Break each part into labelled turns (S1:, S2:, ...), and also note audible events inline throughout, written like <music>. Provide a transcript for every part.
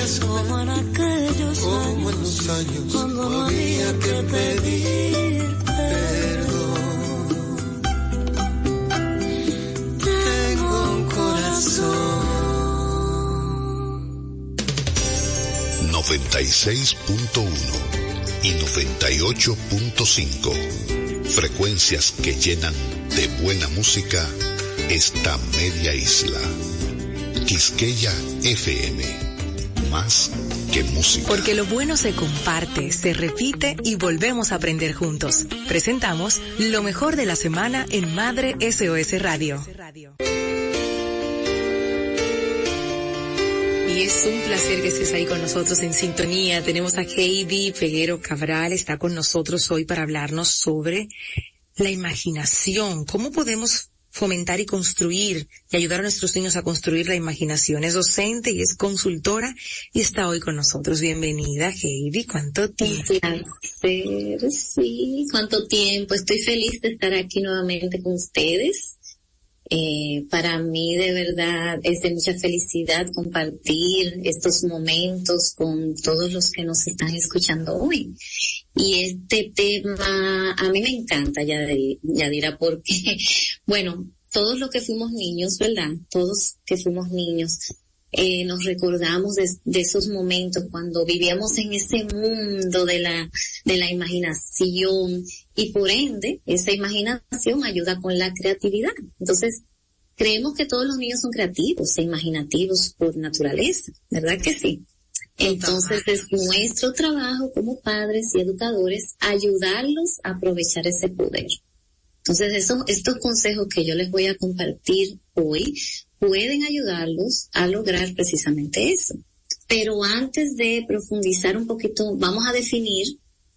S1: en aquellos
S2: como en
S1: años
S2: los años
S1: cuando no
S2: había
S1: había
S2: que
S1: que
S2: pedir
S1: pedir
S2: perdón.
S1: Tengo un
S2: corazón.
S3: 96.1 y 98.5. Frecuencias que llenan de buena música esta media isla. Quisqueya FM. Más que música.
S4: Porque lo bueno se comparte, se repite y volvemos a aprender juntos. Presentamos lo mejor de la semana en Madre SOS Radio. Y es un placer que estés ahí con nosotros en sintonía. Tenemos a Heidi Peguero Cabral, está con nosotros hoy para hablarnos sobre la imaginación. ¿Cómo podemos fomentar y construir y ayudar a nuestros niños a construir la imaginación? Es docente y es consultora y está hoy con nosotros. Bienvenida, Heidi. ¿Cuánto
S5: Un
S4: tiempo?
S5: placer, sí. ¿Cuánto tiempo? Estoy feliz de estar aquí nuevamente con ustedes. Eh, para mí de verdad es de mucha felicidad compartir estos momentos con todos los que nos están escuchando hoy. Y este tema a mí me encanta, Yadi- Yadira, porque, <laughs> bueno, todos los que fuimos niños, ¿verdad? Todos que fuimos niños, eh, nos recordamos de, de esos momentos cuando vivíamos en ese mundo de la, de la imaginación y por ende esa imaginación ayuda con la creatividad. Entonces, creemos que todos los niños son creativos e imaginativos por naturaleza, ¿verdad que sí? Entonces es nuestro trabajo como padres y educadores ayudarlos a aprovechar ese poder. Entonces, eso- estos consejos que yo les voy a compartir hoy pueden ayudarlos a lograr precisamente eso. Pero antes de profundizar un poquito, vamos a definir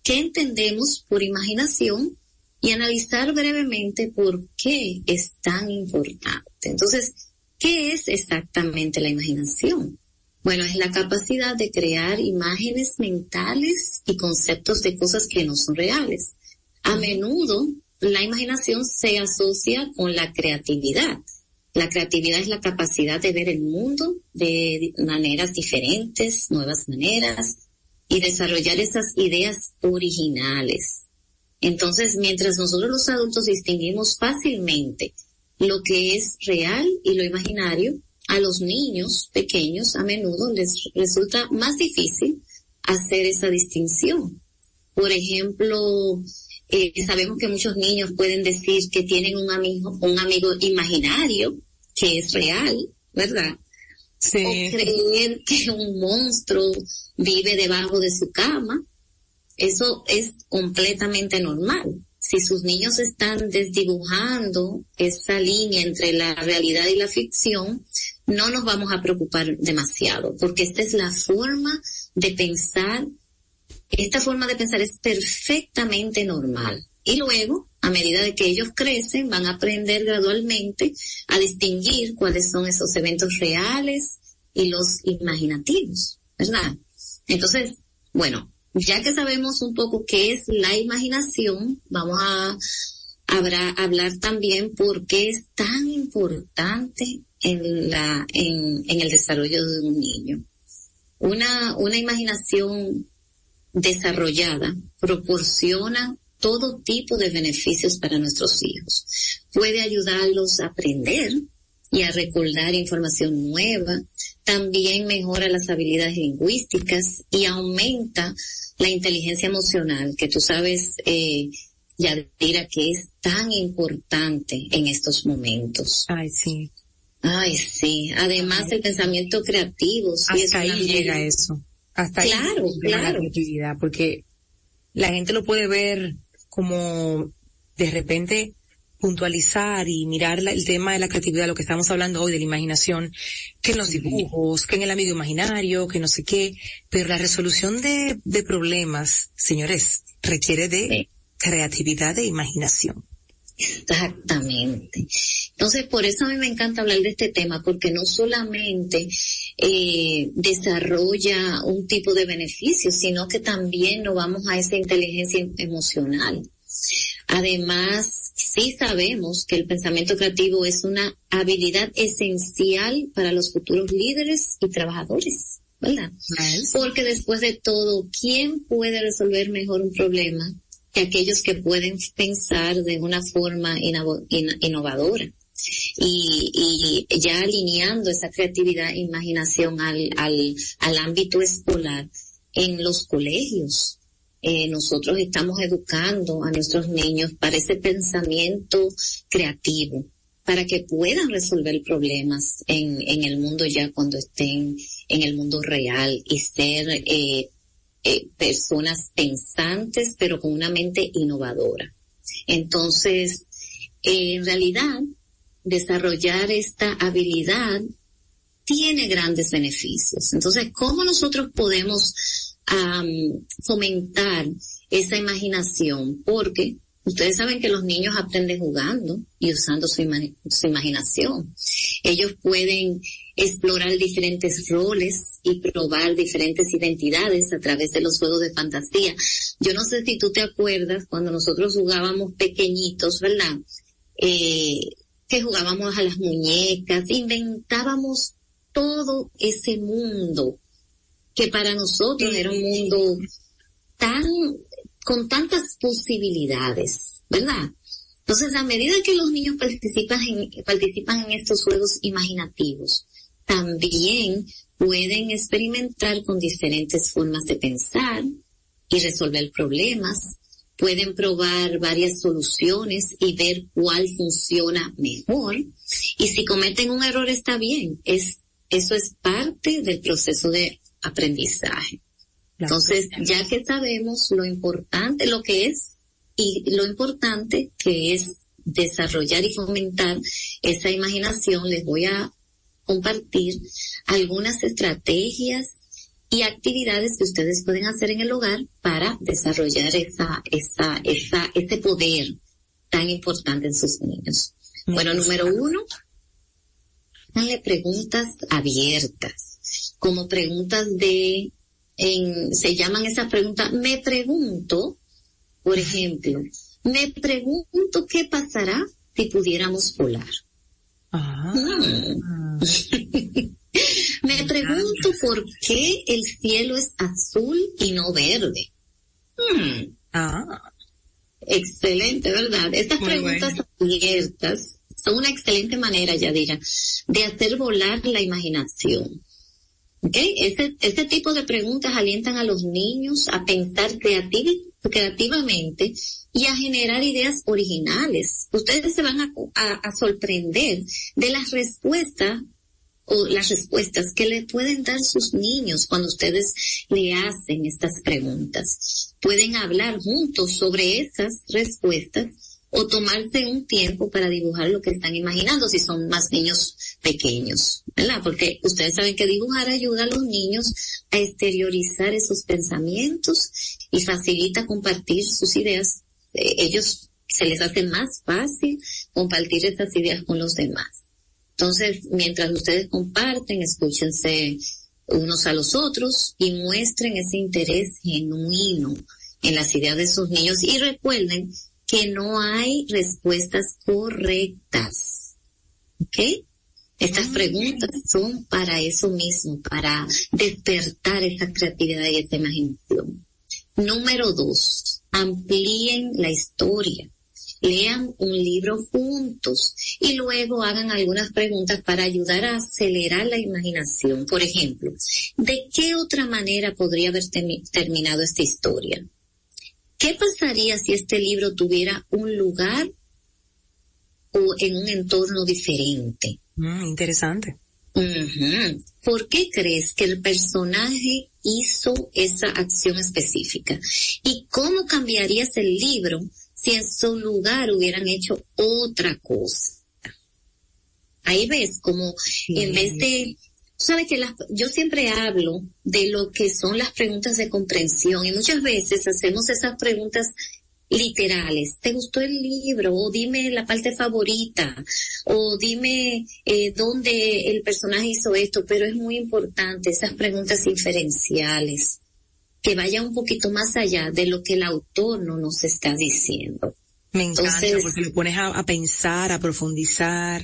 S5: qué entendemos por imaginación y analizar brevemente por qué es tan importante. Entonces, ¿qué es exactamente la imaginación? Bueno, es la capacidad de crear imágenes mentales y conceptos de cosas que no son reales. A menudo la imaginación se asocia con la creatividad. La creatividad es la capacidad de ver el mundo de maneras diferentes, nuevas maneras, y desarrollar esas ideas originales. Entonces, mientras nosotros los adultos distinguimos fácilmente lo que es real y lo imaginario, a los niños pequeños a menudo les resulta más difícil hacer esa distinción. Por ejemplo, eh, sabemos que muchos niños pueden decir que tienen un amigo, un amigo imaginario que es real, ¿verdad? O creer que un monstruo vive debajo de su cama. Eso es completamente normal. Si sus niños están desdibujando esa línea entre la realidad y la ficción, no nos vamos a preocupar demasiado, porque esta es la forma de pensar esta forma de pensar es perfectamente normal. Y luego, a medida de que ellos crecen, van a aprender gradualmente a distinguir cuáles son esos eventos reales y los imaginativos, ¿verdad? Entonces, bueno, ya que sabemos un poco qué es la imaginación, vamos a habrá- hablar también por qué es tan importante en, la, en, en el desarrollo de un niño. Una, una imaginación desarrollada proporciona todo tipo de beneficios para nuestros hijos. Puede ayudarlos a aprender y a recordar información nueva, también mejora las habilidades lingüísticas y aumenta la inteligencia emocional, que tú sabes, eh, Yadira, que es tan importante en estos momentos.
S4: Ay, sí.
S5: Ay, sí. Además, el pensamiento creativo. sí, es
S4: Hasta ahí
S5: una
S4: llega eso. Hasta
S5: Claro,
S4: ahí llega la
S5: claro.
S4: creatividad, porque la gente lo puede ver como de repente puntualizar y mirar la- el tema de la creatividad, lo que estamos hablando hoy de la imaginación, que en los dibujos, que en el amigo imaginario, que no sé qué, pero la resolución de, de problemas, señores, requiere de
S5: Sí.
S4: creatividad e imaginación.
S5: Exactamente. Entonces, por eso a mí me encanta hablar de este tema, porque no solamente eh, desarrolla un tipo de beneficio, sino que también nos vamos a esa inteligencia em- emocional. Además, sí sabemos que el pensamiento creativo es una habilidad esencial para los futuros líderes y trabajadores. ¿verdad? Nice. Porque después de todo, ¿quién puede resolver mejor un problema que aquellos que pueden pensar de una forma innovadora? Y, y ya alineando esa creatividad e imaginación al, al, al ámbito escolar en los colegios. Eh, nosotros estamos educando a nuestros niños para ese pensamiento creativo, para que puedan resolver problemas en, en el mundo ya cuando estén en el mundo real y ser eh, eh, personas pensantes pero con una mente innovadora. Entonces, eh, en realidad, desarrollar esta habilidad tiene grandes beneficios. Entonces, ¿cómo nosotros podemos um, fomentar esa imaginación? Porque ustedes saben que los niños aprenden jugando y usando su, ima su imaginación. Ellos pueden explorar diferentes roles y probar diferentes identidades a través de los juegos de fantasía. Yo no sé si tú te acuerdas cuando nosotros jugábamos pequeñitos, ¿verdad? Eh, que jugábamos a las muñecas, inventábamos todo ese mundo que para nosotros era un mundo tan con tantas posibilidades, ¿verdad? Entonces, a medida que los niños participan en, participan en estos juegos imaginativos, también pueden experimentar con diferentes formas de pensar y resolver problemas, pueden probar varias soluciones y ver cuál funciona mejor. Y si cometen un error está bien, es, eso es parte del proceso de aprendizaje. Entonces, ya que sabemos lo importante, lo que es y lo importante que es desarrollar y fomentar esa imaginación, les voy a compartir algunas estrategias y actividades que ustedes pueden hacer en el hogar para desarrollar esa, esa, esa, ese poder tan importante en sus niños. Me bueno, gusta. número uno, háganle preguntas abiertas, como preguntas de, en, se llaman esas preguntas, me pregunto, por ejemplo, me pregunto qué pasará si pudiéramos volar. Ah. Hmm. Me pregunto por qué el cielo es azul y no verde. Hmm. Ah. Excelente, ¿verdad? Estas Muy preguntas bueno. abiertas son una excelente manera, ya diga, de hacer volar la imaginación. ¿Okay? Este, este tipo de preguntas alientan a los niños a pensar creativ creativamente y a generar ideas originales. Ustedes se van a, a, a sorprender de las respuestas o las respuestas que le pueden dar sus niños cuando ustedes le hacen estas preguntas. Pueden hablar juntos sobre esas respuestas o tomarse un tiempo para dibujar lo que están imaginando si son más niños pequeños, ¿verdad? Porque ustedes saben que dibujar ayuda a los niños a exteriorizar esos pensamientos y facilita compartir sus ideas. Eh, ellos se les hace más fácil compartir esas ideas con los demás. Entonces, mientras ustedes comparten, escúchense unos a los otros y muestren ese interés genuino en las ideas de sus niños y recuerden que no hay respuestas correctas. ¿Ok? Estas preguntas son para eso mismo, para despertar esa creatividad y esa imaginación. Número dos, amplíen la historia lean un libro juntos y luego hagan algunas preguntas para ayudar a acelerar la imaginación. Por ejemplo, ¿de qué otra manera podría haber terminado esta historia? ¿Qué pasaría si este libro tuviera un lugar o en un entorno diferente?
S4: Mm, interesante.
S5: Uh -huh. ¿Por qué crees que el personaje hizo esa acción específica? ¿Y cómo cambiarías el libro si en su lugar hubieran hecho otra cosa. Ahí ves como sí. en vez de, sabes que las, yo siempre hablo de lo que son las preguntas de comprensión y muchas veces hacemos esas preguntas literales. ¿Te gustó el libro? O dime la parte favorita. O dime eh, dónde el personaje hizo esto. Pero es muy importante esas preguntas inferenciales que vaya un poquito más allá de lo que el autor no nos está diciendo.
S4: Me encanta Entonces, porque lo pones a, a, pensar, a profundizar.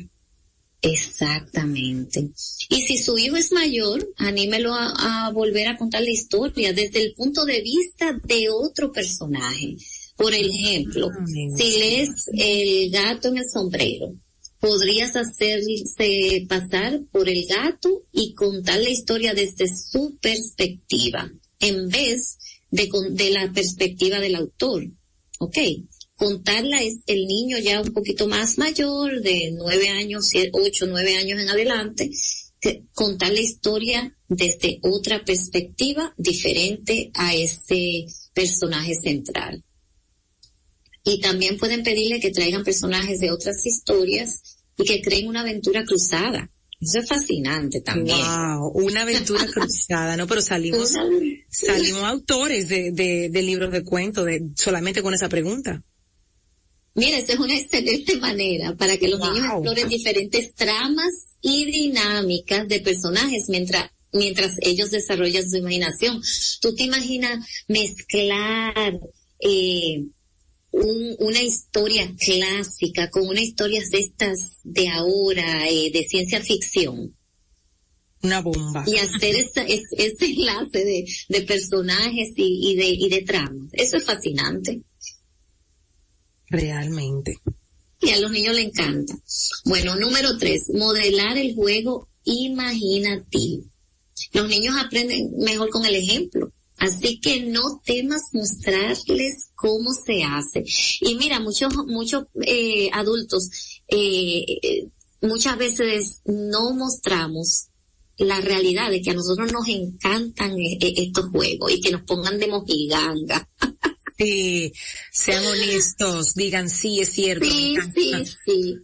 S5: Exactamente. Y si su hijo es mayor, anímelo a, a, volver a contar la historia desde el punto de vista de otro personaje. Por ejemplo, ah, si lees el gato en el sombrero, podrías hacerse pasar por el gato y contar la historia desde su perspectiva, en vez de, de la perspectiva del autor. ¿Ok? contarla es el niño ya un poquito más mayor, de nueve años, ocho, nueve años en adelante, contar la historia desde otra perspectiva diferente a ese personaje central. Y también pueden pedirle que traigan personajes de otras historias y que creen una aventura cruzada. Eso es fascinante también.
S4: Wow, una aventura cruzada, ¿no? Pero salimos, salimos autores de, de, de libros de cuentos de, solamente con esa pregunta.
S5: Mira, esa es una excelente manera para que los wow. niños exploren diferentes tramas y dinámicas de personajes mientras mientras ellos desarrollan su imaginación. Tú te imaginas mezclar eh, un, una historia clásica con una historia de estas de ahora, eh, de ciencia ficción.
S4: Una bomba.
S5: Y hacer ese, ese enlace de, de personajes y, y, de, y de tramas. Eso es fascinante
S4: realmente.
S5: Y a los niños les encanta. Bueno, número tres, modelar el juego imaginativo. Los niños aprenden mejor con el ejemplo. Así que no temas mostrarles cómo se hace. Y mira, muchos, muchos eh, adultos eh, muchas veces no mostramos la realidad de que a nosotros nos encantan eh, estos juegos y que nos pongan de mojiganga.
S4: Sí, sean honestos, digan sí, es cierto.
S5: Ah. Sí, sí, sí.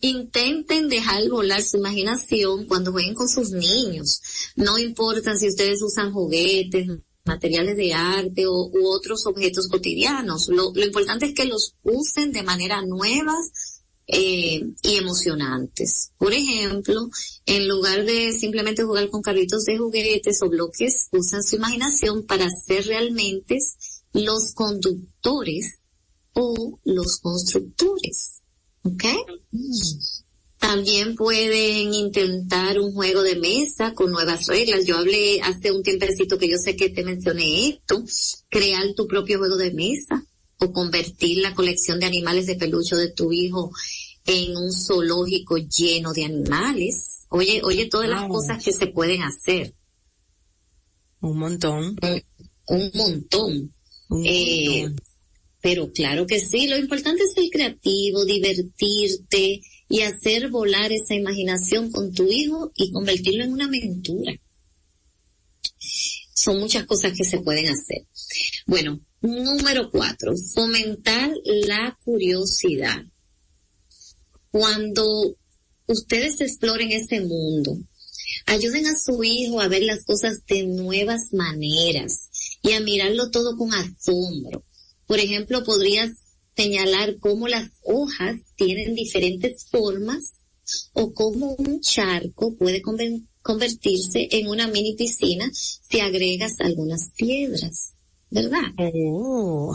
S5: Intenten dejar volar su imaginación cuando jueguen con sus niños. No importa si ustedes usan juguetes, materiales de arte o, u otros objetos cotidianos. Lo, lo importante es que los usen de manera nuevas eh, y emocionantes. Por ejemplo, en lugar de simplemente jugar con carritos de juguetes o bloques, usan su imaginación para ser realmente los conductores o los constructores. ¿Ok? También pueden intentar un juego de mesa con nuevas reglas. Yo hablé hace un tiempecito que yo sé que te mencioné esto. Crear tu propio juego de mesa o convertir la colección de animales de peluche de tu hijo en un zoológico lleno de animales. Oye, oye, todas las oh. cosas que se pueden hacer.
S4: Un montón.
S5: Un, un montón. Eh, pero claro que sí, lo importante es ser creativo, divertirte y hacer volar esa imaginación con tu hijo y convertirlo en una aventura. Son muchas cosas que se pueden hacer. Bueno, número cuatro, fomentar la curiosidad. Cuando ustedes exploren ese mundo, ayuden a su hijo a ver las cosas de nuevas maneras y a mirarlo todo con asombro. Por ejemplo, podrías señalar cómo las hojas tienen diferentes formas o cómo un charco puede convertirse en una mini piscina si agregas algunas piedras. ¿Verdad?
S4: Oh.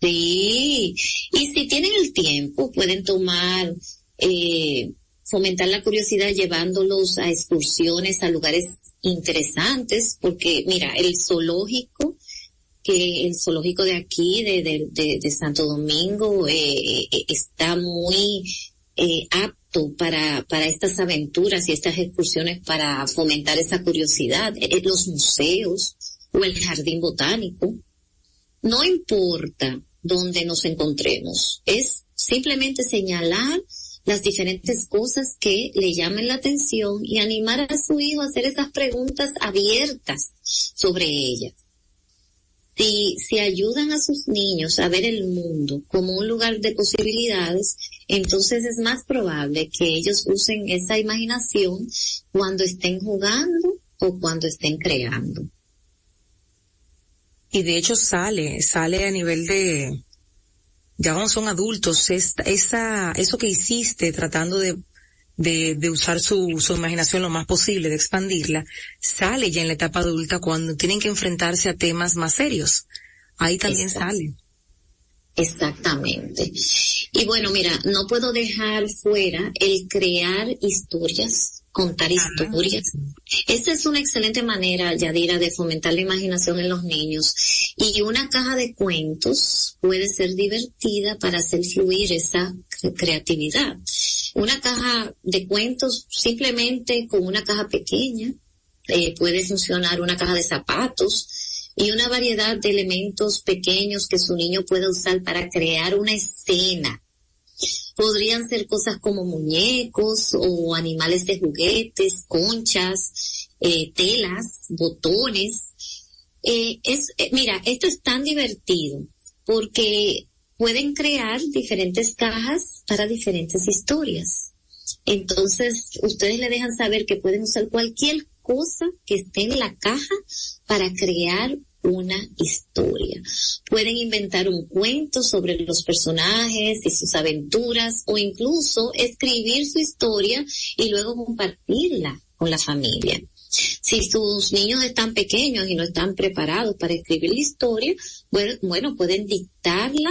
S5: sí. Y si tienen el tiempo, pueden tomar, eh, fomentar la curiosidad llevándolos a excursiones, a lugares interesantes porque mira el zoológico que el zoológico de aquí de, de, de, de Santo Domingo eh, está muy eh, apto para para estas aventuras y estas excursiones para fomentar esa curiosidad eh, los museos o el jardín botánico no importa dónde nos encontremos es simplemente señalar las diferentes cosas que le llamen la atención y animar a su hijo a hacer esas preguntas abiertas sobre ellas. Si, si ayudan a sus niños a ver el mundo como un lugar de posibilidades, entonces es más probable que ellos usen esa imaginación cuando estén jugando o cuando estén creando.
S4: Y de hecho sale, sale a nivel de, ya son adultos, esta, esa, eso que hiciste tratando de, de, de usar su, su, imaginación lo más posible, de expandirla, sale ya en la etapa adulta cuando tienen que enfrentarse a temas más serios. Ahí también Exacto. sale.
S5: Exactamente. Y bueno, mira, no puedo dejar fuera el crear historias, contar ah. historias. Esa es una excelente manera, Yadira, de fomentar la imaginación en los niños. Y una caja de cuentos puede ser divertida para hacer fluir esa creatividad. Una caja de cuentos simplemente con una caja pequeña eh, puede funcionar una caja de zapatos, y una variedad de elementos pequeños que su niño pueda usar para crear una escena. Podrían ser cosas como muñecos o animales de juguetes, conchas, eh, telas, botones. Eh, es, eh, mira, esto es tan divertido porque pueden crear diferentes cajas para diferentes historias. Entonces, ustedes le dejan saber que pueden usar cualquier cosa que esté en la caja para crear una historia. Pueden inventar un cuento sobre los personajes y sus aventuras o incluso escribir su historia y luego compartirla con la familia. Si sus niños están pequeños y no están preparados para escribir la historia, bueno, bueno pueden dictarla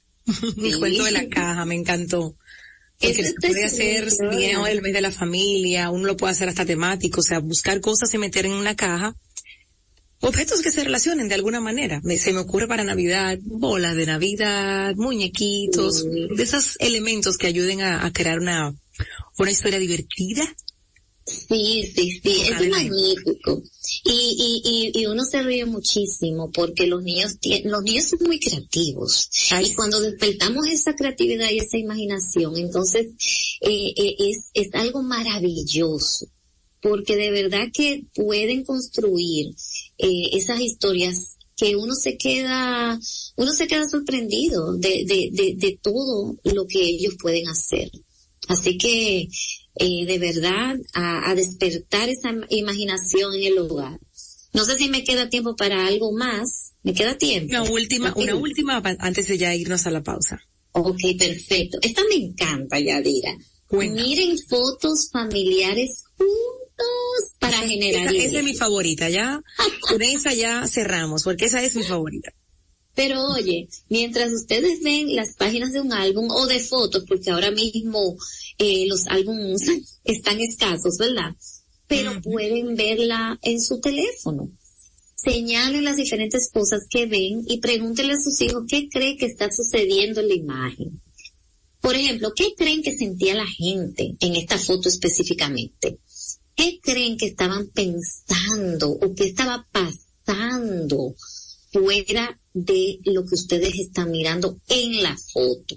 S4: <laughs> Mi sí. cuento de la caja, me encantó. Porque se puede hacer bien ¿no? el mes de la familia, uno lo puede hacer hasta temático, o sea, buscar cosas y meter en una caja. Objetos que se relacionen de alguna manera. Me, se me ocurre para Navidad, bolas de Navidad, muñequitos, sí.
S5: Mm.
S4: de esos elementos que ayuden a, a, crear una, una historia divertida.
S5: Sí, sí, sí, es magnífico. Y, y, y, y, uno se ríe muchísimo porque los niños, los niños son muy creativos. Ay. Y cuando despertamos esa creatividad y esa imaginación, entonces eh, eh, es, es algo maravilloso. Porque de verdad que pueden construir eh, esas historias que uno se queda, uno se queda sorprendido de, de, de, de todo lo que ellos pueden hacer. Así que eh, de verdad a, a, despertar esa imaginación en el hogar. No sé si me queda tiempo para algo más. ¿Me queda tiempo?
S4: Una última, una última antes de ya irnos a la pausa.
S5: Ok, perfecto. Esta me encanta, Yadira. Cuéntame. Miren fotos familiares juntos para
S4: esa,
S5: generar
S4: esa, esa, es mi
S5: <laughs>
S4: favorita, ya. Con esa ya cerramos, porque esa es mi favorita.
S5: Pero oye, mientras ustedes ven las páginas de un álbum o de fotos, porque ahora mismo eh, los álbumes <laughs> están escasos, ¿verdad? Pero uh -huh. pueden verla en su teléfono. Señalen las diferentes cosas que ven y pregúntenle a sus hijos qué cree que está sucediendo en la imagen. Por ejemplo, ¿qué creen que sentía la gente en esta foto específicamente? ¿Qué creen que estaban pensando o qué estaba pasando fuera de lo que ustedes están mirando en la foto?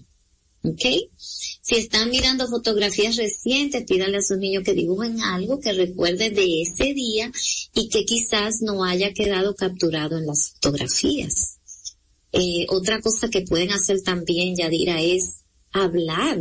S5: ¿Ok? Si están mirando fotografías recientes, pídanle a sus niños que dibujen algo que recuerde de ese día y que quizás no haya quedado capturado en las fotografías. Eh, otra cosa que pueden hacer también, Yadira, es hablar,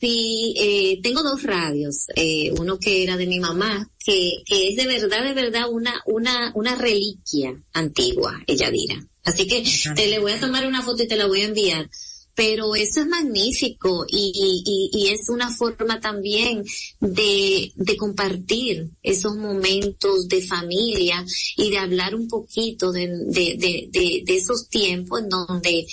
S5: Sí, eh, tengo dos radios, eh, uno que era de mi mamá, que, que, es de verdad, de verdad una, una, una reliquia antigua, ella dirá. Así que te le voy a tomar una foto y te la voy a enviar pero eso es magnífico y, y, y es una forma también de, de, compartir esos momentos de familia y de hablar un poquito de, de, de, de esos tiempos en donde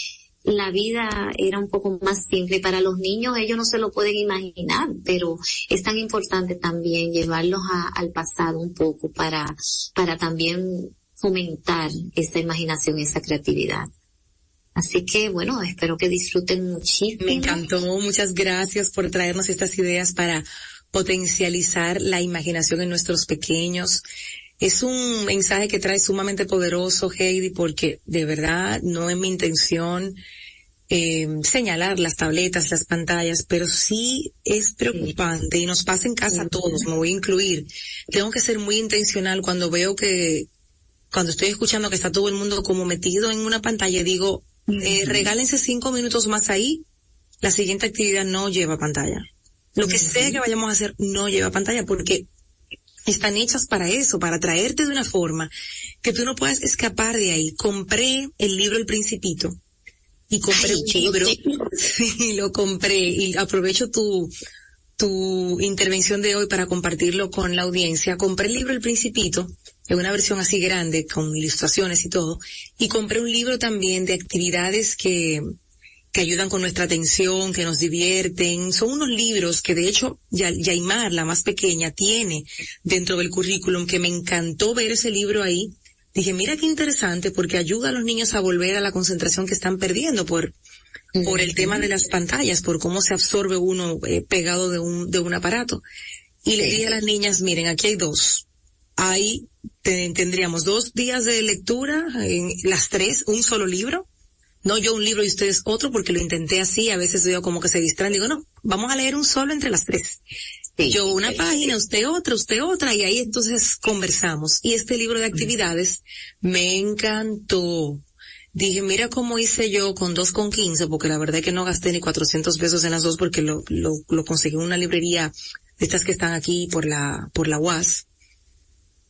S5: la vida era un poco más simple. Para los niños ellos no se lo pueden imaginar, pero es tan importante también llevarlos a, al pasado un poco para, para también fomentar esa imaginación, esa creatividad. Así que bueno, espero que disfruten muchísimo.
S4: Me encantó, muchas gracias por traernos estas ideas para potencializar la imaginación en nuestros pequeños. Es un mensaje que trae sumamente poderoso, Heidi, porque de verdad no es mi intención eh, señalar las tabletas, las pantallas, pero sí es preocupante y nos pasa en casa a todos, me voy a incluir. Tengo que ser muy intencional cuando veo que, cuando estoy escuchando que está todo el mundo como metido en una pantalla, digo, eh, regálense cinco minutos más ahí, la siguiente actividad no lleva pantalla. Lo que sea que vayamos a hacer no lleva pantalla porque están hechas para eso, para traerte de una forma que tú no puedas escapar de ahí. Compré el libro El Principito y compré Ay, un libro, <laughs> sí, lo compré y aprovecho tu, tu intervención de hoy para compartirlo con la audiencia. Compré el libro El Principito en una versión así grande, con ilustraciones y todo, y compré un libro también de actividades que, que ayudan con nuestra atención, que nos divierten. Son unos libros que de hecho Yaimar, la más pequeña, tiene dentro del currículum, que me encantó ver ese libro ahí. Dije, mira qué interesante porque ayuda a los niños a volver a la concentración que están perdiendo por, por el tema de las pantallas, por cómo se absorbe uno eh, pegado de un, de un aparato. Y sí. le dije a las niñas, miren, aquí hay dos. Hay tendríamos dos días de lectura, en las tres, un solo libro. No yo un libro y ustedes otro, porque lo intenté así, a veces veo como que se distraen, digo, no, vamos a leer un solo entre las tres. Sí, yo una sí, página, sí. usted otra, usted otra, y ahí entonces conversamos. Y este libro de actividades me encantó. Dije, mira cómo hice yo con dos con quince, porque la verdad es que no gasté ni cuatrocientos pesos en las dos, porque lo, lo, lo conseguí en una librería de estas que están aquí por la, por la UAS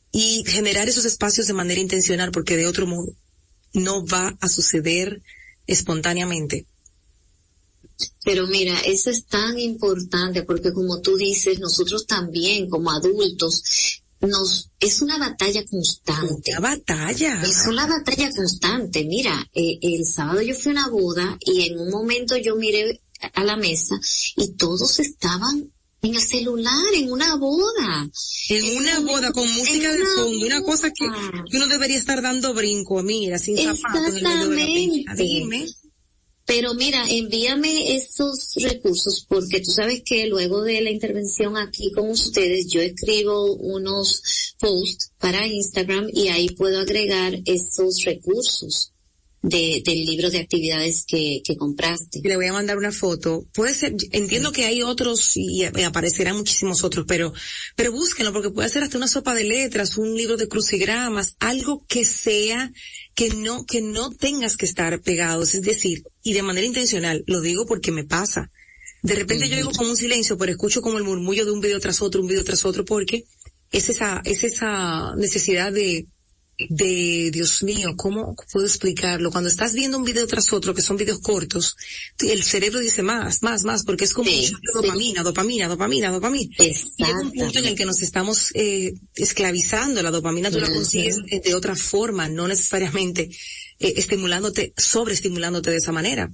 S4: y generar esos espacios de manera intencional porque de otro modo no va a suceder espontáneamente.
S5: Pero mira, eso es tan importante porque como tú dices, nosotros también como adultos nos es una batalla constante.
S4: Una batalla.
S5: Es una batalla constante. Mira, eh, el sábado yo fui a una boda y en un momento yo miré a la mesa y todos estaban en el celular, en una boda.
S4: En, en una boda con música de fondo, una cosa que, que, uno debería estar dando brinco, mira, sin zapatos.
S5: Exactamente. Pero mira, envíame esos recursos porque tú sabes que luego de la intervención aquí con ustedes yo escribo unos posts para Instagram y ahí puedo agregar esos recursos. De, del libro de actividades que, que compraste.
S4: Le voy a mandar una foto. Puede ser, entiendo que hay otros y, aparecerán muchísimos otros, pero, pero búsquenlo porque puede ser hasta una sopa de letras, un libro de crucigramas, algo que sea que no, que no tengas que estar pegados. Es decir, y de manera intencional, lo digo porque me pasa. De repente uh -huh. yo digo con un silencio, pero escucho como el murmullo de un video tras otro, un video tras otro, porque es esa, es esa necesidad de, de Dios mío, ¿cómo puedo explicarlo? Cuando estás viendo un video tras otro, que son videos cortos, el cerebro dice más, más, más, porque es como sí, dopamina, sí. dopamina, dopamina, dopamina. Y es un punto en el que nos estamos eh, esclavizando. La dopamina tú la consigues eh, de otra forma, no necesariamente eh, estimulándote, sobreestimulándote de esa manera.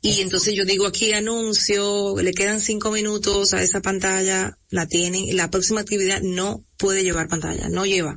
S4: Y entonces yo digo aquí anuncio, le quedan cinco minutos a esa pantalla, la tienen, la próxima actividad no puede llevar pantalla, no lleva.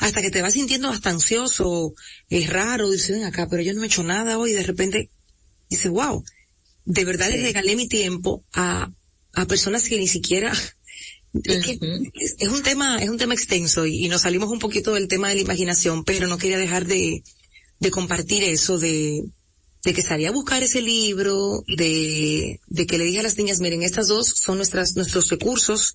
S4: hasta que te vas sintiendo hasta ansioso, es raro, dicen acá, pero yo no he hecho nada hoy, de repente dices, wow, de verdad les regalé mi tiempo a, a personas que ni siquiera <laughs> es, que es, es, un tema, es un tema extenso y, y, nos salimos un poquito del tema de la imaginación, pero no quería dejar de, de compartir eso de, de que salí a buscar ese libro, de, de que le dije a las niñas, miren, estas dos son nuestras, nuestros recursos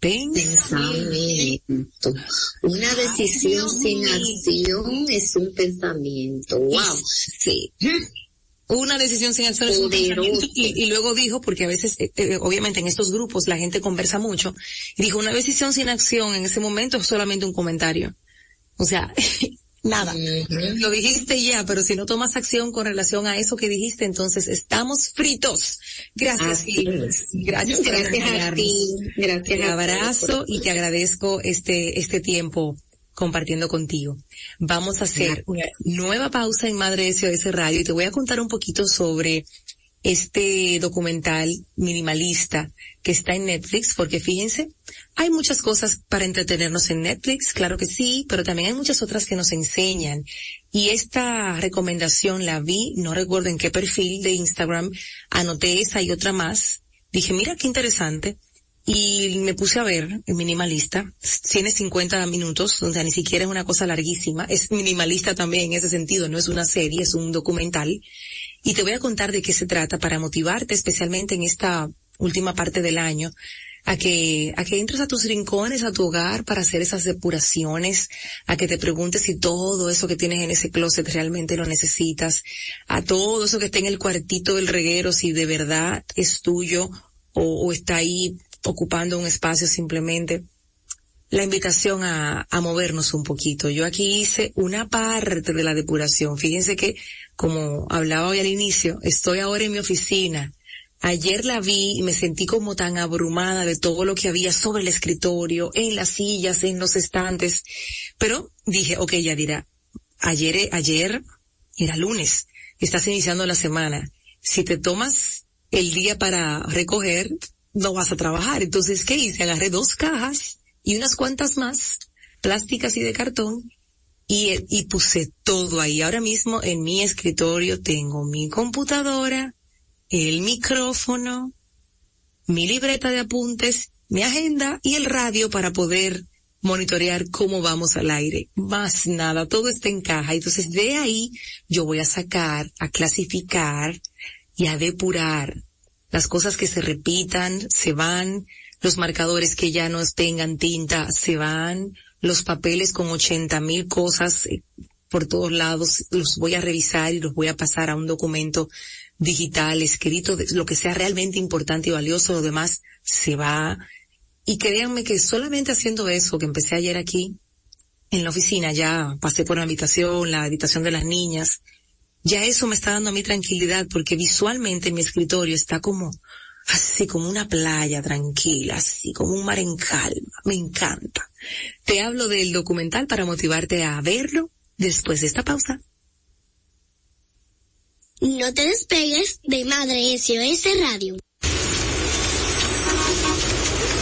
S5: pensamiento. Una decisión Ay, sin acción es un pensamiento. Wow. Sí.
S4: Una decisión sin acción Poderoso. es un pensamiento. Y, y, luego dijo, porque a veces, eh, obviamente en estos grupos la gente conversa mucho, y dijo, una decisión sin acción en ese momento es solamente un comentario. O sea, <laughs> nada. Uh -huh. Lo dijiste ya, pero si no tomas acción con relación a eso que dijiste, entonces estamos fritos. Gracias. Y, gracias, gracias a ti. Gracias. Te abrazo y te agradezco este, este tiempo compartiendo contigo. Vamos a hacer una nueva pausa en Madre SOS Radio y te voy a contar un poquito sobre este documental minimalista que está en Netflix, porque fíjense, hay muchas cosas para entretenernos en Netflix, claro que sí, pero también hay muchas otras que nos enseñan. Y esta recomendación la vi, no recuerdo en qué perfil de Instagram, anoté esa y otra más, dije, mira qué interesante, y me puse a ver el minimalista, tiene 50 minutos, o sea, ni siquiera es una cosa larguísima, es minimalista también en ese sentido, no es una serie, es un documental y te voy a contar de qué se trata para motivarte especialmente en esta última parte del año a que, a que entres a tus rincones, a tu hogar para hacer esas depuraciones, a que te preguntes si todo eso que tienes en ese closet realmente lo necesitas, a todo eso que está en el cuartito del reguero, si de verdad es tuyo o, o está ahí ocupando un espacio simplemente la invitación a, a, movernos un poquito. Yo aquí hice una parte de la depuración. Fíjense que, como hablaba hoy al inicio, estoy ahora en mi oficina Ayer la vi y me sentí como tan abrumada de todo lo que había sobre el escritorio, en las sillas, en los estantes. Pero dije, ok, ya dirá, ayer, eh, ayer era lunes, estás iniciando la semana. Si te tomas el día para recoger, no vas a trabajar. Entonces, ¿qué hice? Agarré dos cajas y unas cuantas más, plásticas y de cartón, y, y, puse todo ahí. Ahora mismo en mi escritorio tengo mi computadora, el micrófono, mi libreta de apuntes, mi agenda y el radio para poder monitorear cómo vamos al aire. Más nada, todo está en caja. Entonces de ahí yo voy a sacar, a clasificar y a depurar las cosas que se repitan, se van, los marcadores que ya no tengan tinta, se van, los papeles con ochenta mil cosas eh, por todos lados, los voy a revisar y los voy a pasar a un documento digital, escrito, lo que sea realmente importante y valioso, lo demás se va. Y créanme que solamente haciendo eso, que empecé ayer aquí, en la oficina, ya pasé por la habitación, la habitación de las niñas, ya eso me está dando a mí tranquilidad, porque visualmente mi escritorio está como, así como una playa tranquila, así como un mar en calma. Me encanta. Te hablo del documental para motivarte a verlo después de esta pausa.
S6: No te despegues de Madre SOS Radio.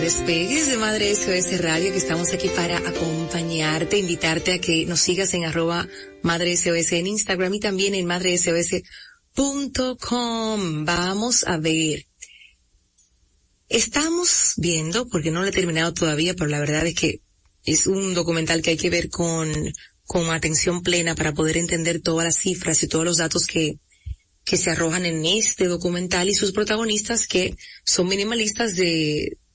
S4: despegues de Madre SOS Radio, que estamos aquí para acompañarte, invitarte a que nos sigas en arroba Madre SOS en Instagram y también en Madre SOS.com. Vamos a ver. Estamos viendo, porque no lo he terminado todavía, pero la verdad es que es un documental que hay que ver con, con atención plena para poder entender todas las cifras y todos los datos que, que se arrojan en este documental y sus protagonistas que son minimalistas de,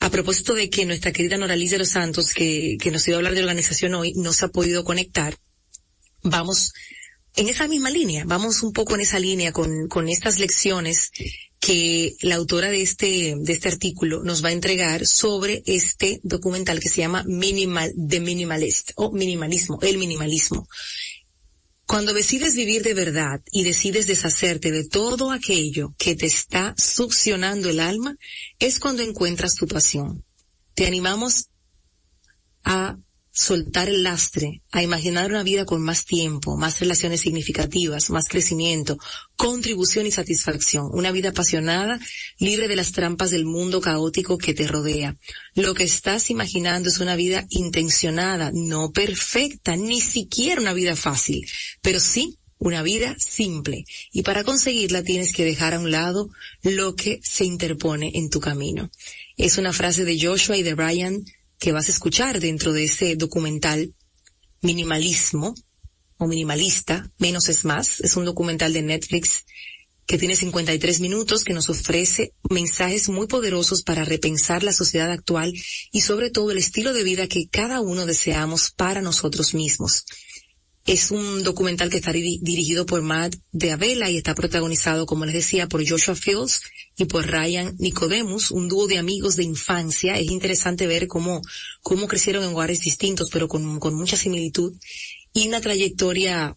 S4: A propósito de que nuestra querida Noraliz de los Santos, que, que nos iba a hablar de organización hoy, no se ha podido conectar, vamos en esa misma línea, vamos un poco en esa línea con, con estas lecciones que la autora de este, de este artículo nos va a entregar sobre este documental que se llama Minimal, The Minimalist, o Minimalismo, el minimalismo. Cuando decides vivir de verdad y decides deshacerte de todo aquello que te está succionando el alma, es cuando encuentras tu pasión. Te animamos a soltar el lastre, a imaginar una vida con más tiempo, más relaciones significativas, más crecimiento, contribución y satisfacción, una vida apasionada, libre de las trampas del mundo caótico que te rodea. Lo que estás imaginando es una vida intencionada, no perfecta, ni siquiera una vida fácil, pero sí una vida simple. Y para conseguirla tienes que dejar a un lado lo que se interpone en tu camino. Es una frase de Joshua y de Brian que vas a escuchar dentro de ese documental Minimalismo o Minimalista, Menos es Más. Es un documental de Netflix que tiene 53 minutos, que nos ofrece mensajes muy poderosos para repensar la sociedad actual y sobre todo el estilo de vida que cada uno deseamos para nosotros mismos. Es un documental que está dirigido por Matt de Avela y está protagonizado, como les decía, por Joshua Fields y por Ryan Nicodemus, un dúo de amigos de infancia. Es interesante ver cómo, cómo crecieron en lugares distintos, pero con, con mucha similitud y una trayectoria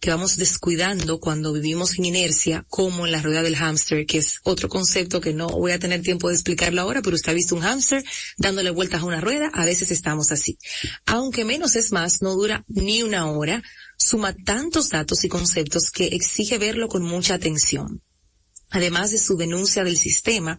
S4: que vamos descuidando cuando vivimos en inercia, como en la rueda del hámster, que es otro concepto que no voy a tener tiempo de explicarlo ahora, pero usted ha visto un hámster dándole vueltas a una rueda, a veces estamos así. Aunque menos es más, no dura ni una hora, suma tantos datos y conceptos que exige verlo con mucha atención. Además de su denuncia del sistema,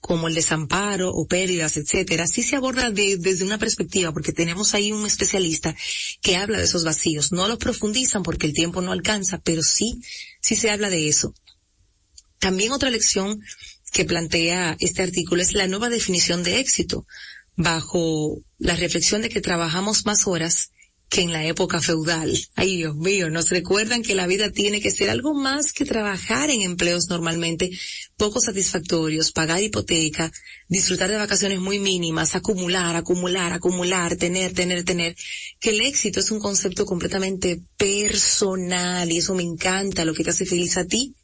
S4: como el desamparo o pérdidas, etcétera, sí se aborda de, desde una perspectiva, porque tenemos ahí un especialista que habla de esos vacíos. No los profundizan porque el tiempo no alcanza, pero sí, sí se habla de eso. También otra lección que plantea este artículo es la nueva definición de éxito, bajo la reflexión de que trabajamos más horas que en la época feudal. Ay, Dios mío, nos recuerdan que la vida tiene que ser algo más que trabajar en empleos normalmente poco satisfactorios, pagar hipoteca, disfrutar de vacaciones muy mínimas, acumular, acumular, acumular, tener, tener, tener, que el éxito es un concepto completamente personal y eso me encanta, lo que te hace feliz a ti,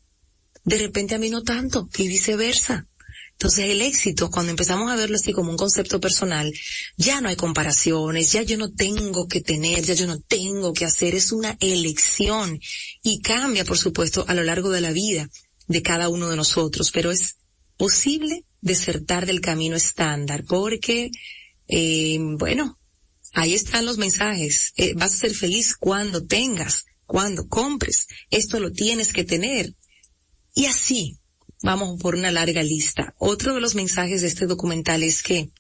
S4: de repente a mí no tanto y viceversa. Entonces el éxito, cuando empezamos a verlo así como un concepto personal, ya no hay comparaciones, ya yo no tengo que tener, ya yo no tengo que hacer, es una elección y cambia, por supuesto, a lo largo de la vida de cada uno de nosotros, pero es posible desertar del camino estándar porque, eh, bueno, ahí están los mensajes, eh, vas a ser feliz cuando tengas, cuando compres, esto lo tienes que tener. Y así, vamos por una larga lista. Otro de los mensajes de este documental es que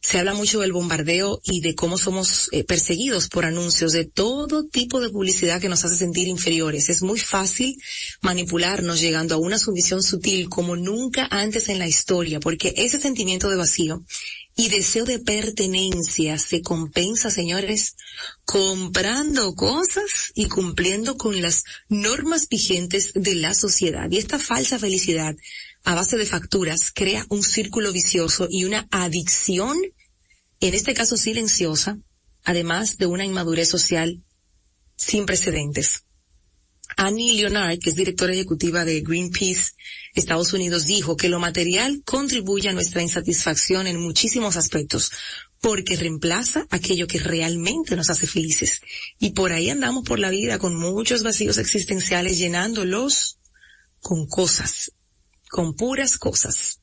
S4: se habla mucho del bombardeo y de cómo somos eh, perseguidos por anuncios de todo tipo de publicidad que nos hace sentir inferiores. Es muy fácil manipularnos llegando a una sumisión sutil como nunca antes en la historia, porque ese sentimiento de vacío y deseo de pertenencia se compensa, señores, comprando cosas y cumpliendo con las normas vigentes de la sociedad. Y esta falsa felicidad a base de facturas crea un círculo vicioso y una adicción, en este caso silenciosa, además de una inmadurez social sin precedentes. Annie Leonard, que es directora ejecutiva de Greenpeace Estados Unidos, dijo que lo material contribuye a nuestra insatisfacción en muchísimos aspectos, porque reemplaza aquello que realmente nos hace felices. Y por ahí andamos por la vida con muchos vacíos existenciales llenándolos con cosas, con puras cosas.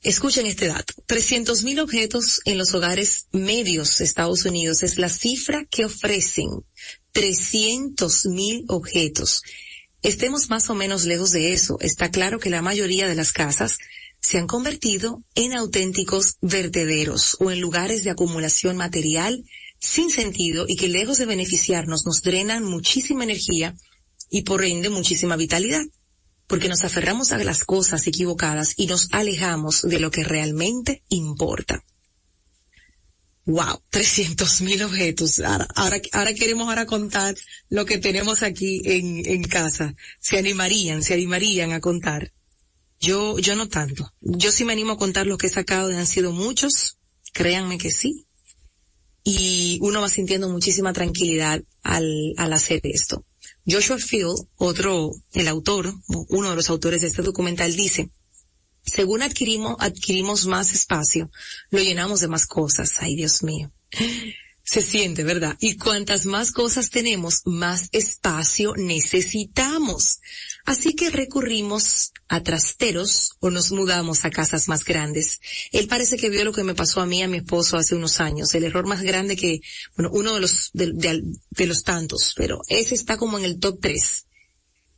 S4: Escuchen este dato. 300.000 objetos en los hogares medios de Estados Unidos es la cifra que ofrecen 300.000 objetos. Estemos más o menos lejos de eso. Está claro que la mayoría de las casas se han convertido en auténticos vertederos o en lugares de acumulación material sin sentido y que lejos de beneficiarnos nos drenan muchísima energía y por ende muchísima vitalidad, porque nos aferramos a las cosas equivocadas y nos alejamos de lo que realmente importa. Wow, <laughs> 300 mil objetos. Ahora, ahora, ahora, queremos ahora contar lo que tenemos aquí en, en casa. Se animarían, se animarían a contar. Yo, yo no tanto. Yo sí me animo a contar los que he sacado, han sido muchos. Créanme que sí. Y uno va sintiendo muchísima tranquilidad al, al hacer esto. Joshua Field, otro, el autor, uno de los autores de este documental dice, según adquirimos, adquirimos más espacio, lo llenamos de más cosas. Ay, Dios mío. Se siente, ¿verdad? Y cuantas más cosas tenemos, más espacio necesitamos. Así que recurrimos a trasteros o nos mudamos a casas más grandes. Él parece que vio lo que me pasó a mí, a mi esposo hace unos años. El error más grande que, bueno, uno de los, de, de, de los tantos, pero ese está como en el top tres.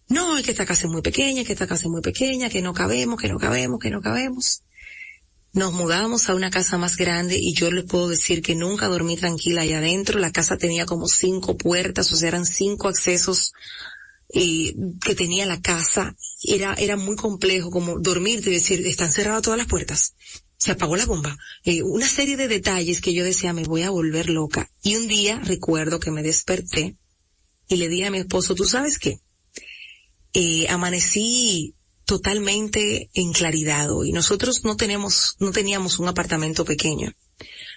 S4: No, es que esta casa es muy pequeña, que esta casa es muy pequeña, que no cabemos, que no cabemos, que no cabemos. Nos mudamos a una casa más grande y yo les puedo decir que nunca dormí tranquila allá adentro. La casa tenía como cinco puertas, o sea, eran cinco accesos eh, que tenía la casa. Era, era muy complejo como dormirte y decir, están cerradas todas las puertas. Se apagó la bomba. Eh, una serie de detalles que yo decía, me voy a volver loca. Y un día recuerdo que me desperté y le dije a mi esposo, ¿tú sabes qué? Eh, amanecí totalmente en claridad hoy. Nosotros no tenemos, no teníamos un apartamento pequeño.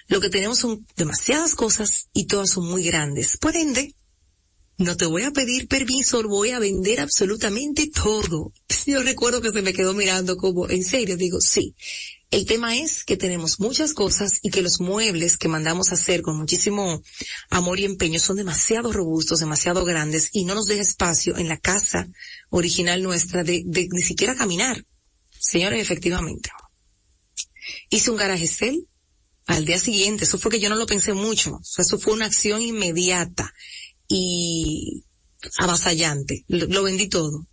S4: Lo que tenemos son demasiadas cosas y todas son muy grandes. Por ende, no te voy a pedir permiso, voy a vender absolutamente todo. <laughs> Yo recuerdo que se me quedó mirando como, en serio, digo, sí. El tema es que tenemos muchas cosas y que los muebles que mandamos a hacer con muchísimo amor y empeño son demasiado robustos, demasiado grandes y no nos deja espacio en la casa original nuestra de, de ni siquiera caminar. Señores, efectivamente. Hice un garaje cel al día siguiente. Eso fue que yo no lo pensé mucho. O sea, eso fue una acción inmediata y avasallante. Lo, lo, vendí todo.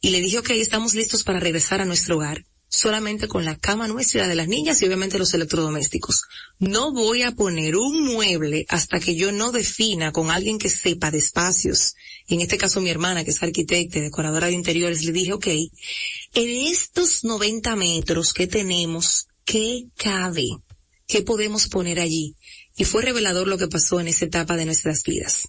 S4: Y le dije, ok, estamos listos para regresar a nuestro hogar, solamente con la cama nuestra y la de las niñas y obviamente los electrodomésticos. No voy a poner un mueble hasta que yo no defina con alguien que sepa de espacios. Y en este caso mi hermana, que es arquitecta y decoradora de interiores, le dije, ok, en estos 90 metros que tenemos, ¿qué cabe? ¿Qué podemos poner allí? Y fue revelador lo que pasó en esa etapa de nuestras vidas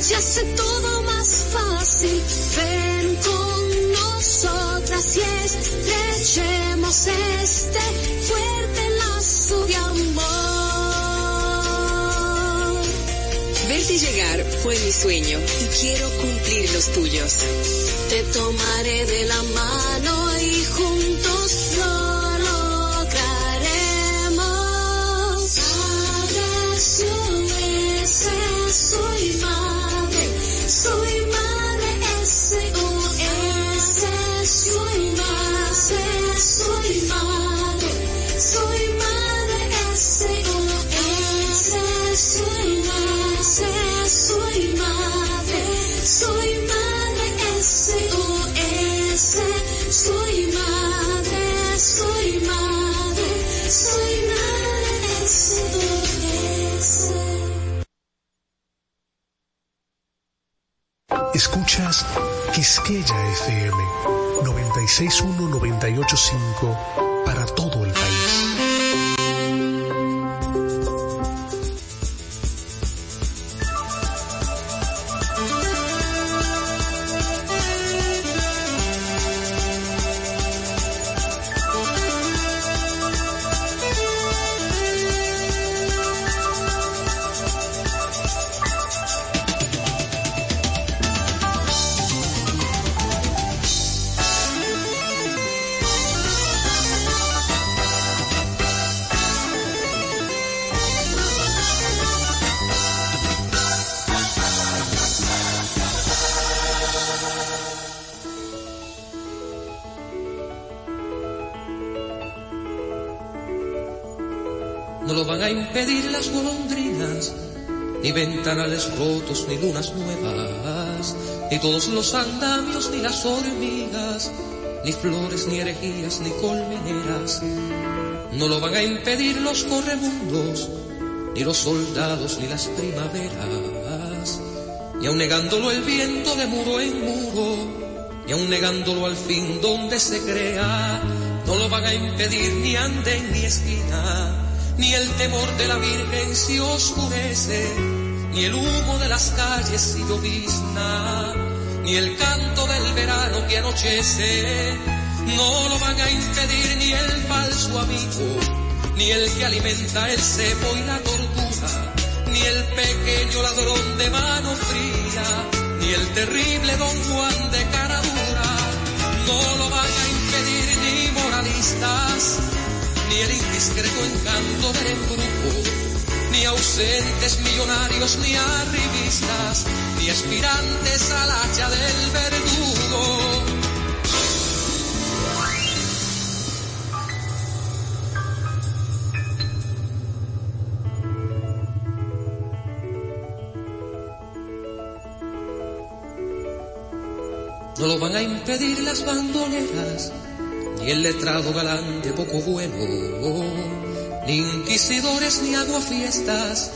S7: se hace todo más fácil. Ven con nosotras y estrechemos este fuerte lazo de amor.
S8: Verte llegar fue mi sueño y quiero cumplir los tuyos.
S7: Te tomaré de la mano y juntos lo lograremos. Padre, soy más. Soy madre S.O.S. Soy madre, soy madre, soy madre S.O.S. Soy madre, soy madre, soy madre S.O.S. Soy madre, soy madre, soy madre S.O.S.
S9: Escuchas Quisqueya FM 961-985 para todo el país.
S10: no lo van a impedir las golondrinas, ni ventanales rotos, ni lunas nuevas, ni todos los andamios, ni las hormigas, ni flores, ni herejías, ni colmeneras. No lo van a impedir los corremundos, ni los soldados, ni las primaveras. Y aun negándolo el viento de muro en muro, y aun negándolo al fin donde se crea, no lo van a impedir ni anden ni esquina, ni el temor de la Virgen si oscurece, ni el humo de las calles si llovizna, ni el canto del verano que anochece, no lo van a impedir ni el falso amigo, ni el que alimenta el cepo y la tortura, ni el pequeño ladrón de mano fría, ni el terrible don Juan de cara dura, no lo van a impedir ni moralistas, ni el indiscreto encanto del embrujo ni ausentes millonarios, ni arribistas, ni aspirantes al hacha del verdugo. No lo van a impedir las bandoleras, ni el letrado galán de poco bueno ni inquisidores ni aguafiestas,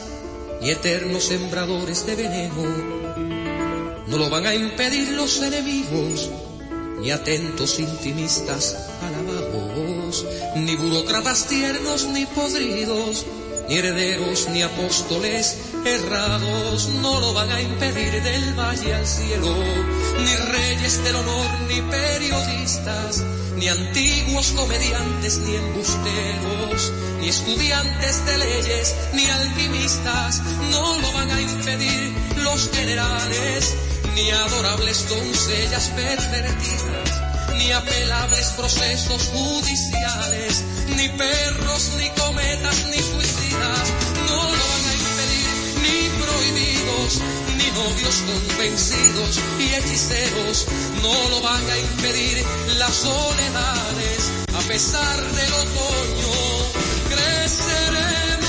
S10: ni eternos sembradores de veneno. No lo van a impedir los enemigos, ni atentos intimistas alabados, ni burócratas tiernos ni podridos, ni herederos ni apóstoles errados. No lo van a impedir del valle al cielo, ni reyes del honor ni periodistas ni antiguos comediantes, ni embusteros, ni estudiantes de leyes, ni alquimistas, no lo van a impedir los generales, ni adorables doncellas pervertidas, ni apelables procesos judiciales, ni perros, ni cometas, ni suicidas, no lo van a impedir, ni prohibidos, ni novios convencidos y hechiceros no lo van a impedir las soledades. A pesar del otoño, creceremos.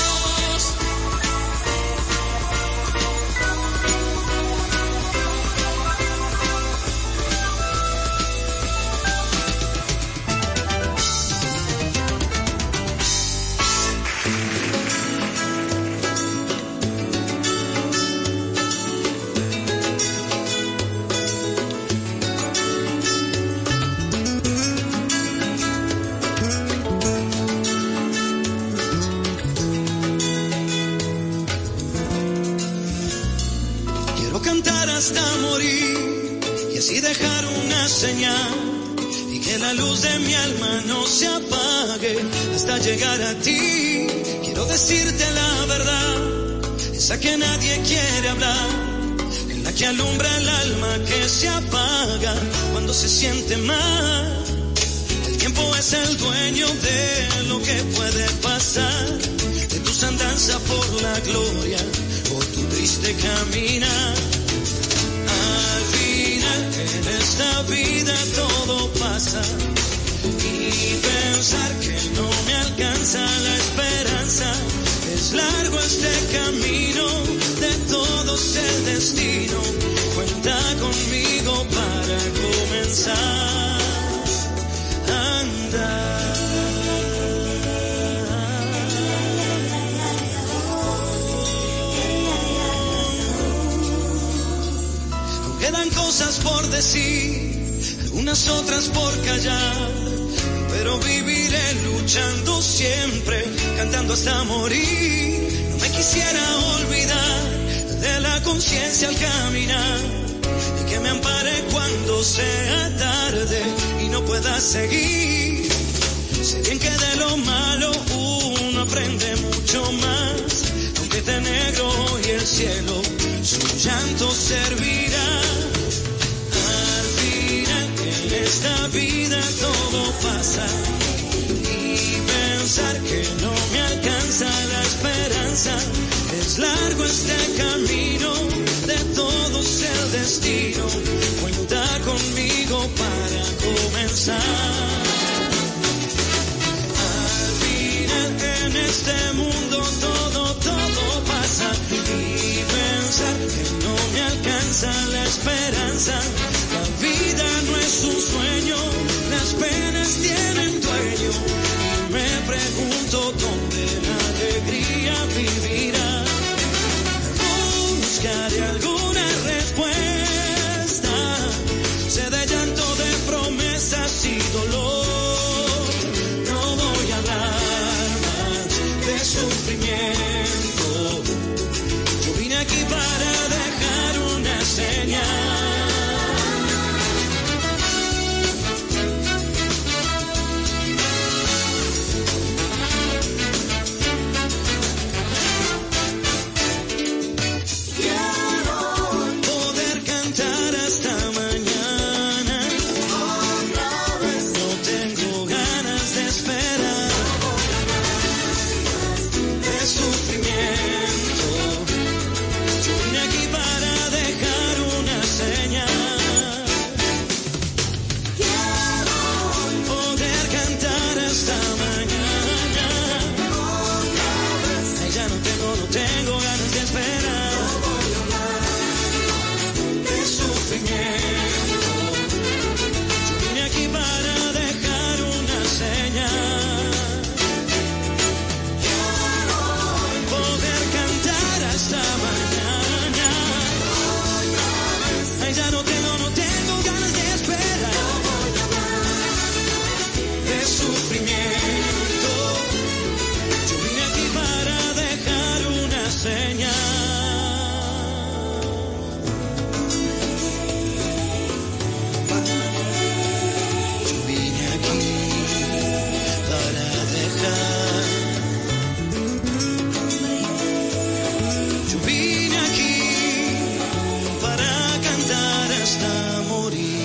S2: Quiero cantar hasta morir y así dejar una señal y que la luz de mi alma no se apague hasta llegar a ti. Quiero decirte la verdad, esa que nadie quiere hablar, en la que alumbra el alma que se apaga cuando se siente mal. El tiempo es el dueño de lo que puede pasar, de tus andanzas por la gloria por tu triste caminar. Al final en esta vida todo pasa y pensar que no me alcanza la esperanza. Es largo este camino, de todos el destino. Cuenta conmigo para comenzar a andar. Quedan cosas por decir, algunas otras por callar, pero viviré luchando siempre, cantando hasta morir. No me quisiera olvidar de la conciencia al caminar y que me ampare cuando sea tarde y no pueda seguir. Sé bien que de lo malo uno aprende mucho más, aunque te negro y el cielo su llanto servirá. Al final en esta vida todo pasa y pensar que no me alcanza la esperanza. Es largo este camino, de todos el destino. Cuenta conmigo para comenzar. Al final en en este mundo todo, todo pasa y pensar que no me alcanza la esperanza. La vida no es un sueño, las penas tienen dueño. Y me pregunto dónde la alegría vivirá. Buscaré alguna respuesta, sé de llanto de promesas y dolor. No voy a hablar más de sufrimiento. Yo vine aquí para dejar una señal. Poder cantar hasta mañana. No tengo ganas de esperar. De sufrimiento. Yo vine aquí para dejar una señal. Poder cantar hasta mañana. Ay, ya no tengo, no tengo ganas de esperar de sufrimiento. Yo vine aquí para dejar una señal. Poder cantar hasta mañana. Ay, ya no tengo, no tengo ganas de esperar. De sufrimiento. Yo vine aquí para dejar una señal. Yo vine aquí para dejar. Yo vine aquí para cantar hasta morir.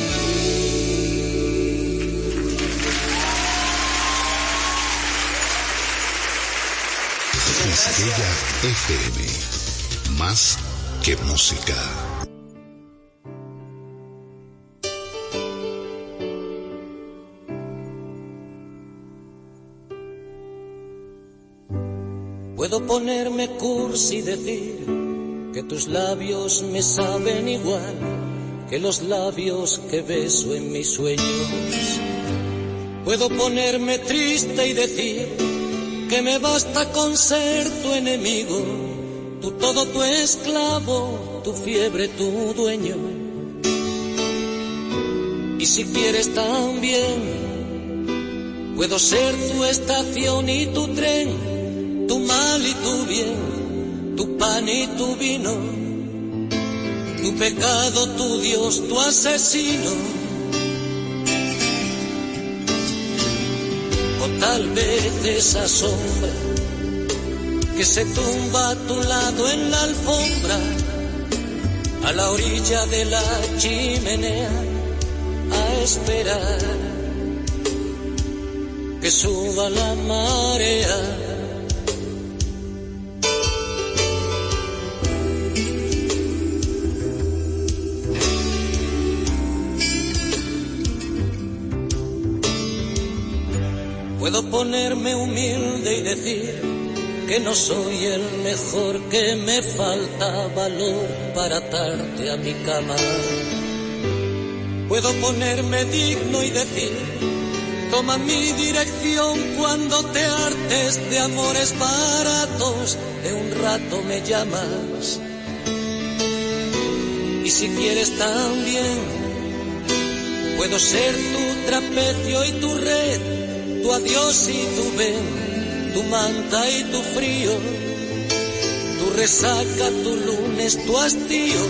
S3: Quisqueya FM. Más que música.
S11: Puedo ponerme cursi y decir que tus labios me saben igual que los labios que beso en mis sueños. Puedo ponerme triste y decir que me basta con ser tu enemigo, tú todo tu esclavo, tu fiebre, tu dueño. Y si quieres también, puedo ser tu estación y tu tren tu mal y tu bien, tu pan y tu vino, tu pecado, tu Dios, tu asesino. O tal vez esa sombra que se tumba a tu lado en la alfombra, a la orilla de la chimenea, a esperar que suba la marea. Puedo ponerme humilde y decir que no soy el mejor, que me falta valor para atarte a mi cama. Puedo ponerme digno y decir, toma mi dirección cuando te hartes de amores baratos, de un rato me llamas. Y si quieres también, puedo ser tu trapecio y tu red tu adiós y tu ven, tu manta y tu frío, tu resaca, tu lunes, tu hastío.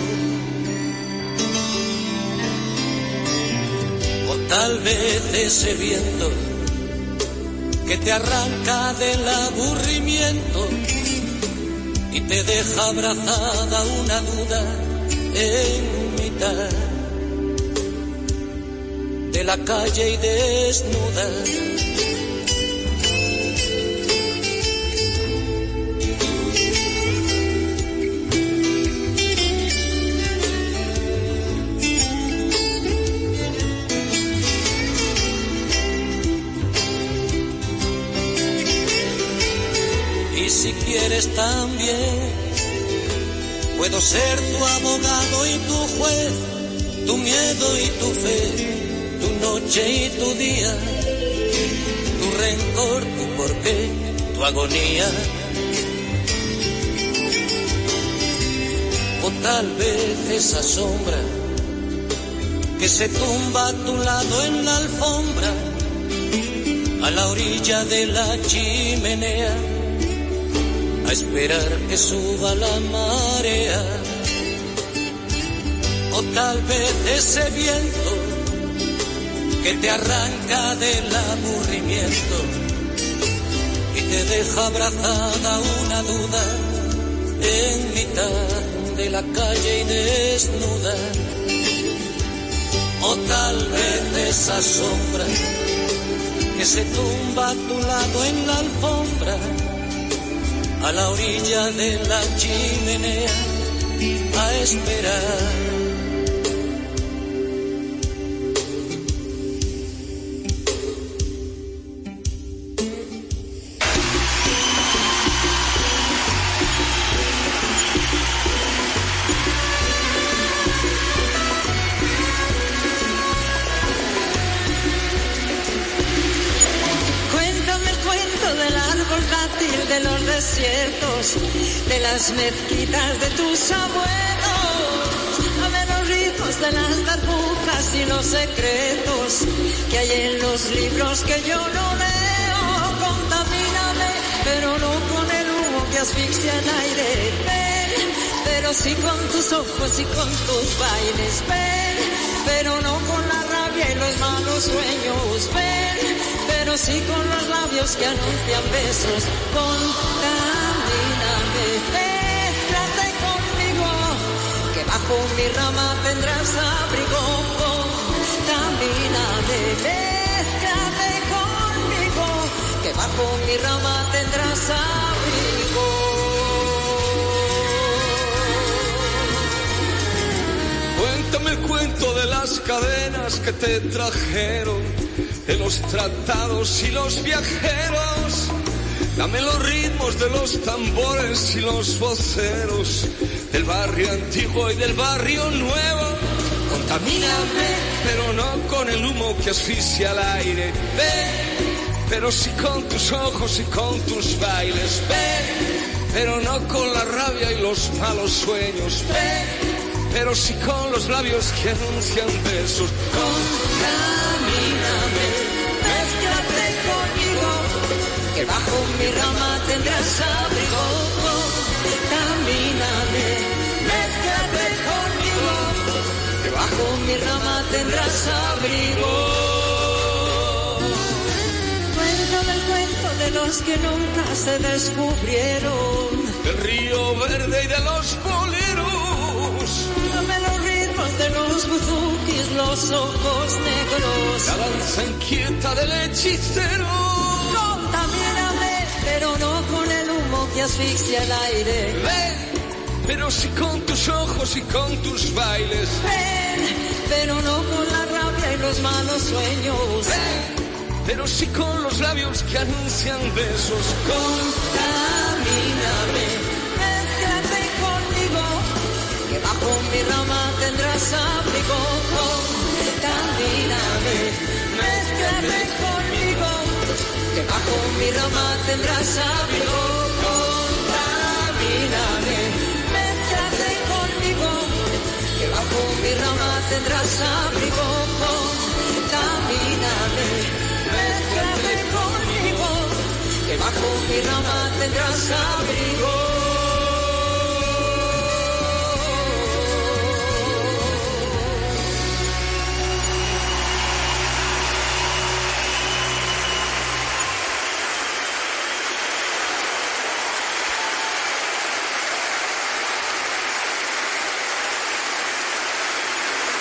S11: O tal vez ese viento que te arranca del aburrimiento y te deja abrazada una duda en mitad de la calle y desnuda. Y si quieres también, puedo ser tu abogado y tu juez, tu miedo y tu fe, tu noche y tu día, tu rencor, tu porqué, tu agonía. O tal vez esa sombra que se tumba a tu lado en la alfombra, a la orilla de la chimenea, a esperar que suba la marea. O tal vez ese viento que te arranca del aburrimiento y te deja abrazada una duda en mitad de la calle y desnuda. O tal vez esa sombra que se tumba a tu lado en la alfombra, a la orilla de la chimenea, a esperar.
S12: Cuéntame el cuento del árbol dátil de los desiertos, de las mezquitas de tus abuelos. Dame los ritmos de las tarbucas y los secretos que hay en los libros que yo no leo. Contamíname, pero no con el humo que asfixia el aire. Ven, pero sí con tus ojos y con tus bailes. Ven, pero no con la rabia y los malos sueños. Ven, pero sí con los labios que anuncian besos. Contamíname, véstrate conmigo, que bajo mi rama tendrás abrigo. Contamíname, véstrate conmigo, que bajo mi rama tendrás abrigo.
S13: Cuéntame el cuento de las cadenas que te trajeron, de los tratados y los viajeros. Dame los ritmos de los tambores y los voceros, del barrio antiguo y del barrio nuevo. Contamíname, pero no con el humo que asfixia el aire. Ven, pero sí con tus ojos y con tus bailes. Ven, pero no con la rabia y los malos sueños. Ven pero si con los labios que anuncian besos.
S12: Contamíname, mezclate conmigo, que bajo mi rama tendrás abrigo. Contamíname, mezclate conmigo, que bajo mi rama tendrás abrigo. Cuéntame el cuento de los que nunca se descubrieron.
S13: Del río verde y de los boleros.
S12: Dame los ritmos de los buzukis, los ojos negros.
S13: La danza inquieta del hechicero.
S12: Contamíname, pero no con el humo que asfixia el aire.
S13: Ven, pero si con tus ojos y con tus bailes.
S12: Ven, pero no con la rabia y los malos sueños.
S13: Ven, pero si con los labios que anuncian besos.
S12: Contamíname, mezclate conmigo, que bajo mi rama tendrás abrigo. Contamíname, mezclate conmigo, que bajo mi rama tendrás abrigo. Contamíname, mezclate conmigo, que bajo mi rama tendrás abrigo. Contamíname, mezclate conmigo, que bajo mi rama tendrás abrigo.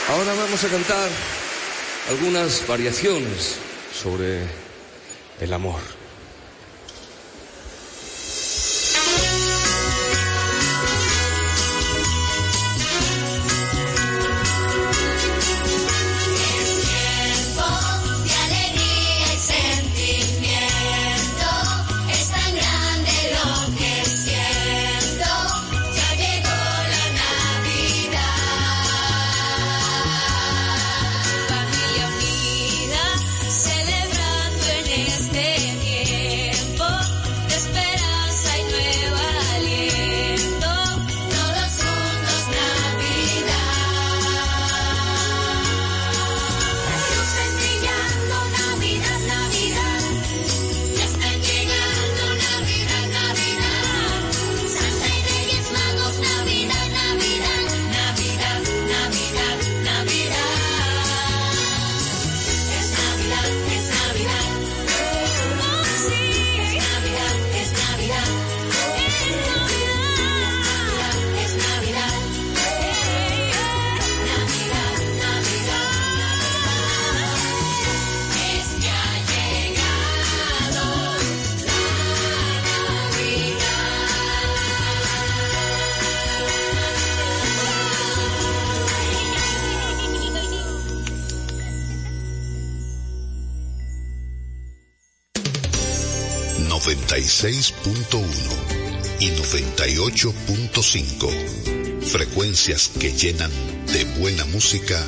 S13: Ahora vamos a cantar algunas variaciones sobre el amor.
S1: Tiempo de alegría y sentimiento, es tan grande lo que este
S7: Oh,
S3: 96.1 y 98.5. Frecuencias que llenan de buena música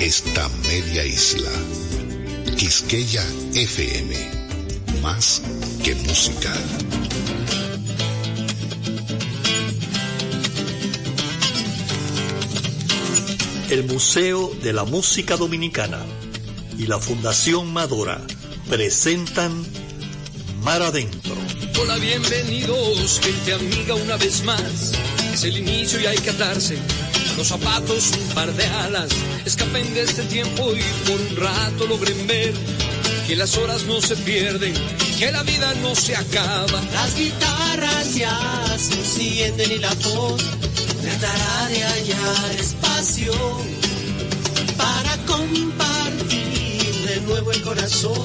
S3: esta media isla. Quisqueya FM. Más que música.
S14: El Museo de la Música Dominicana y la Fundación Madora presentan Mar Adentro.
S13: Hola, bienvenidos, gente amiga una vez más. Es el inicio y hay que atarse. a Los zapatos, un par de alas. Escapen de este tiempo y por un rato logren ver que las horas no se pierden, que la vida no se acaba.
S15: Las guitarras ya se encienden y la voz tratará de hallar espacio para compartir de nuevo el corazón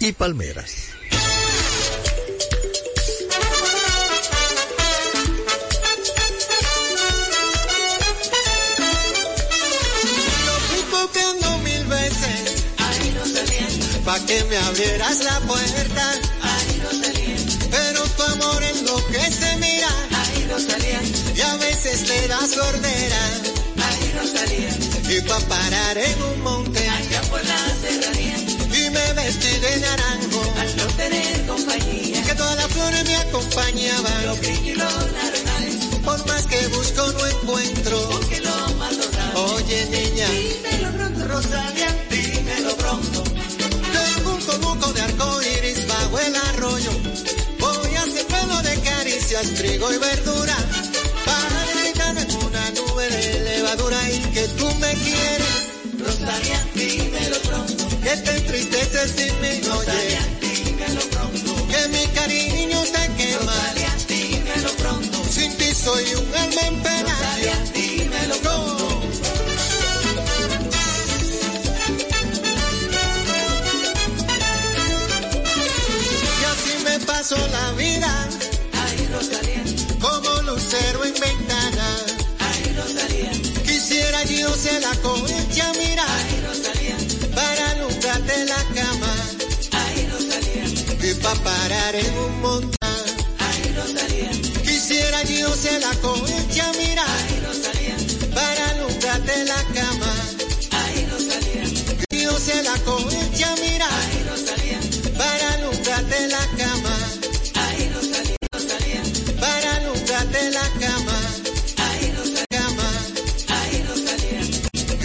S14: y Palmeras.
S15: pa' que me abrieras la puerta.
S16: Ay, Rosalía.
S15: Pero tu amor enloquece, mira.
S16: Ay, Rosalía.
S15: Y a veces te das sordera.
S16: Ay, Rosalía.
S15: Y pa' parar en un monte.
S16: Allá por la serranía.
S15: Y me vestí de naranjo.
S16: Al no tener compañía.
S15: Que todas las flores me acompañaban.
S16: Los y los naranjales.
S15: Por más que busco no encuentro.
S16: Porque lo más notable.
S15: Oye, niña.
S16: Dímelo pronto, Rosalía. Dímelo pronto
S15: buco de arco iris bajo el arroyo. Voy a hacer pelo de caricias, trigo y verdura. Para deleitarme en una nube de levadura y que tú me quieres.
S16: Rosalía, dímelo pronto.
S15: Que te entristeces sin mi
S16: Rosalía, oye. dímelo pronto.
S15: Que mi cariño te quema.
S16: Rosalía, dímelo pronto.
S15: Sin ti soy un alma en pena.
S16: Rosalía, dímelo pronto.
S15: paso la vida.
S16: Ay, Rosalía.
S15: Como lucero en ventana.
S16: Ay, Rosalía.
S15: Quisiera yo ser la cohecha, mira.
S16: Ay, Rosalía.
S15: Para alumbrarte la cama.
S16: Ay, Rosalía.
S15: Y pa' parar en un monte.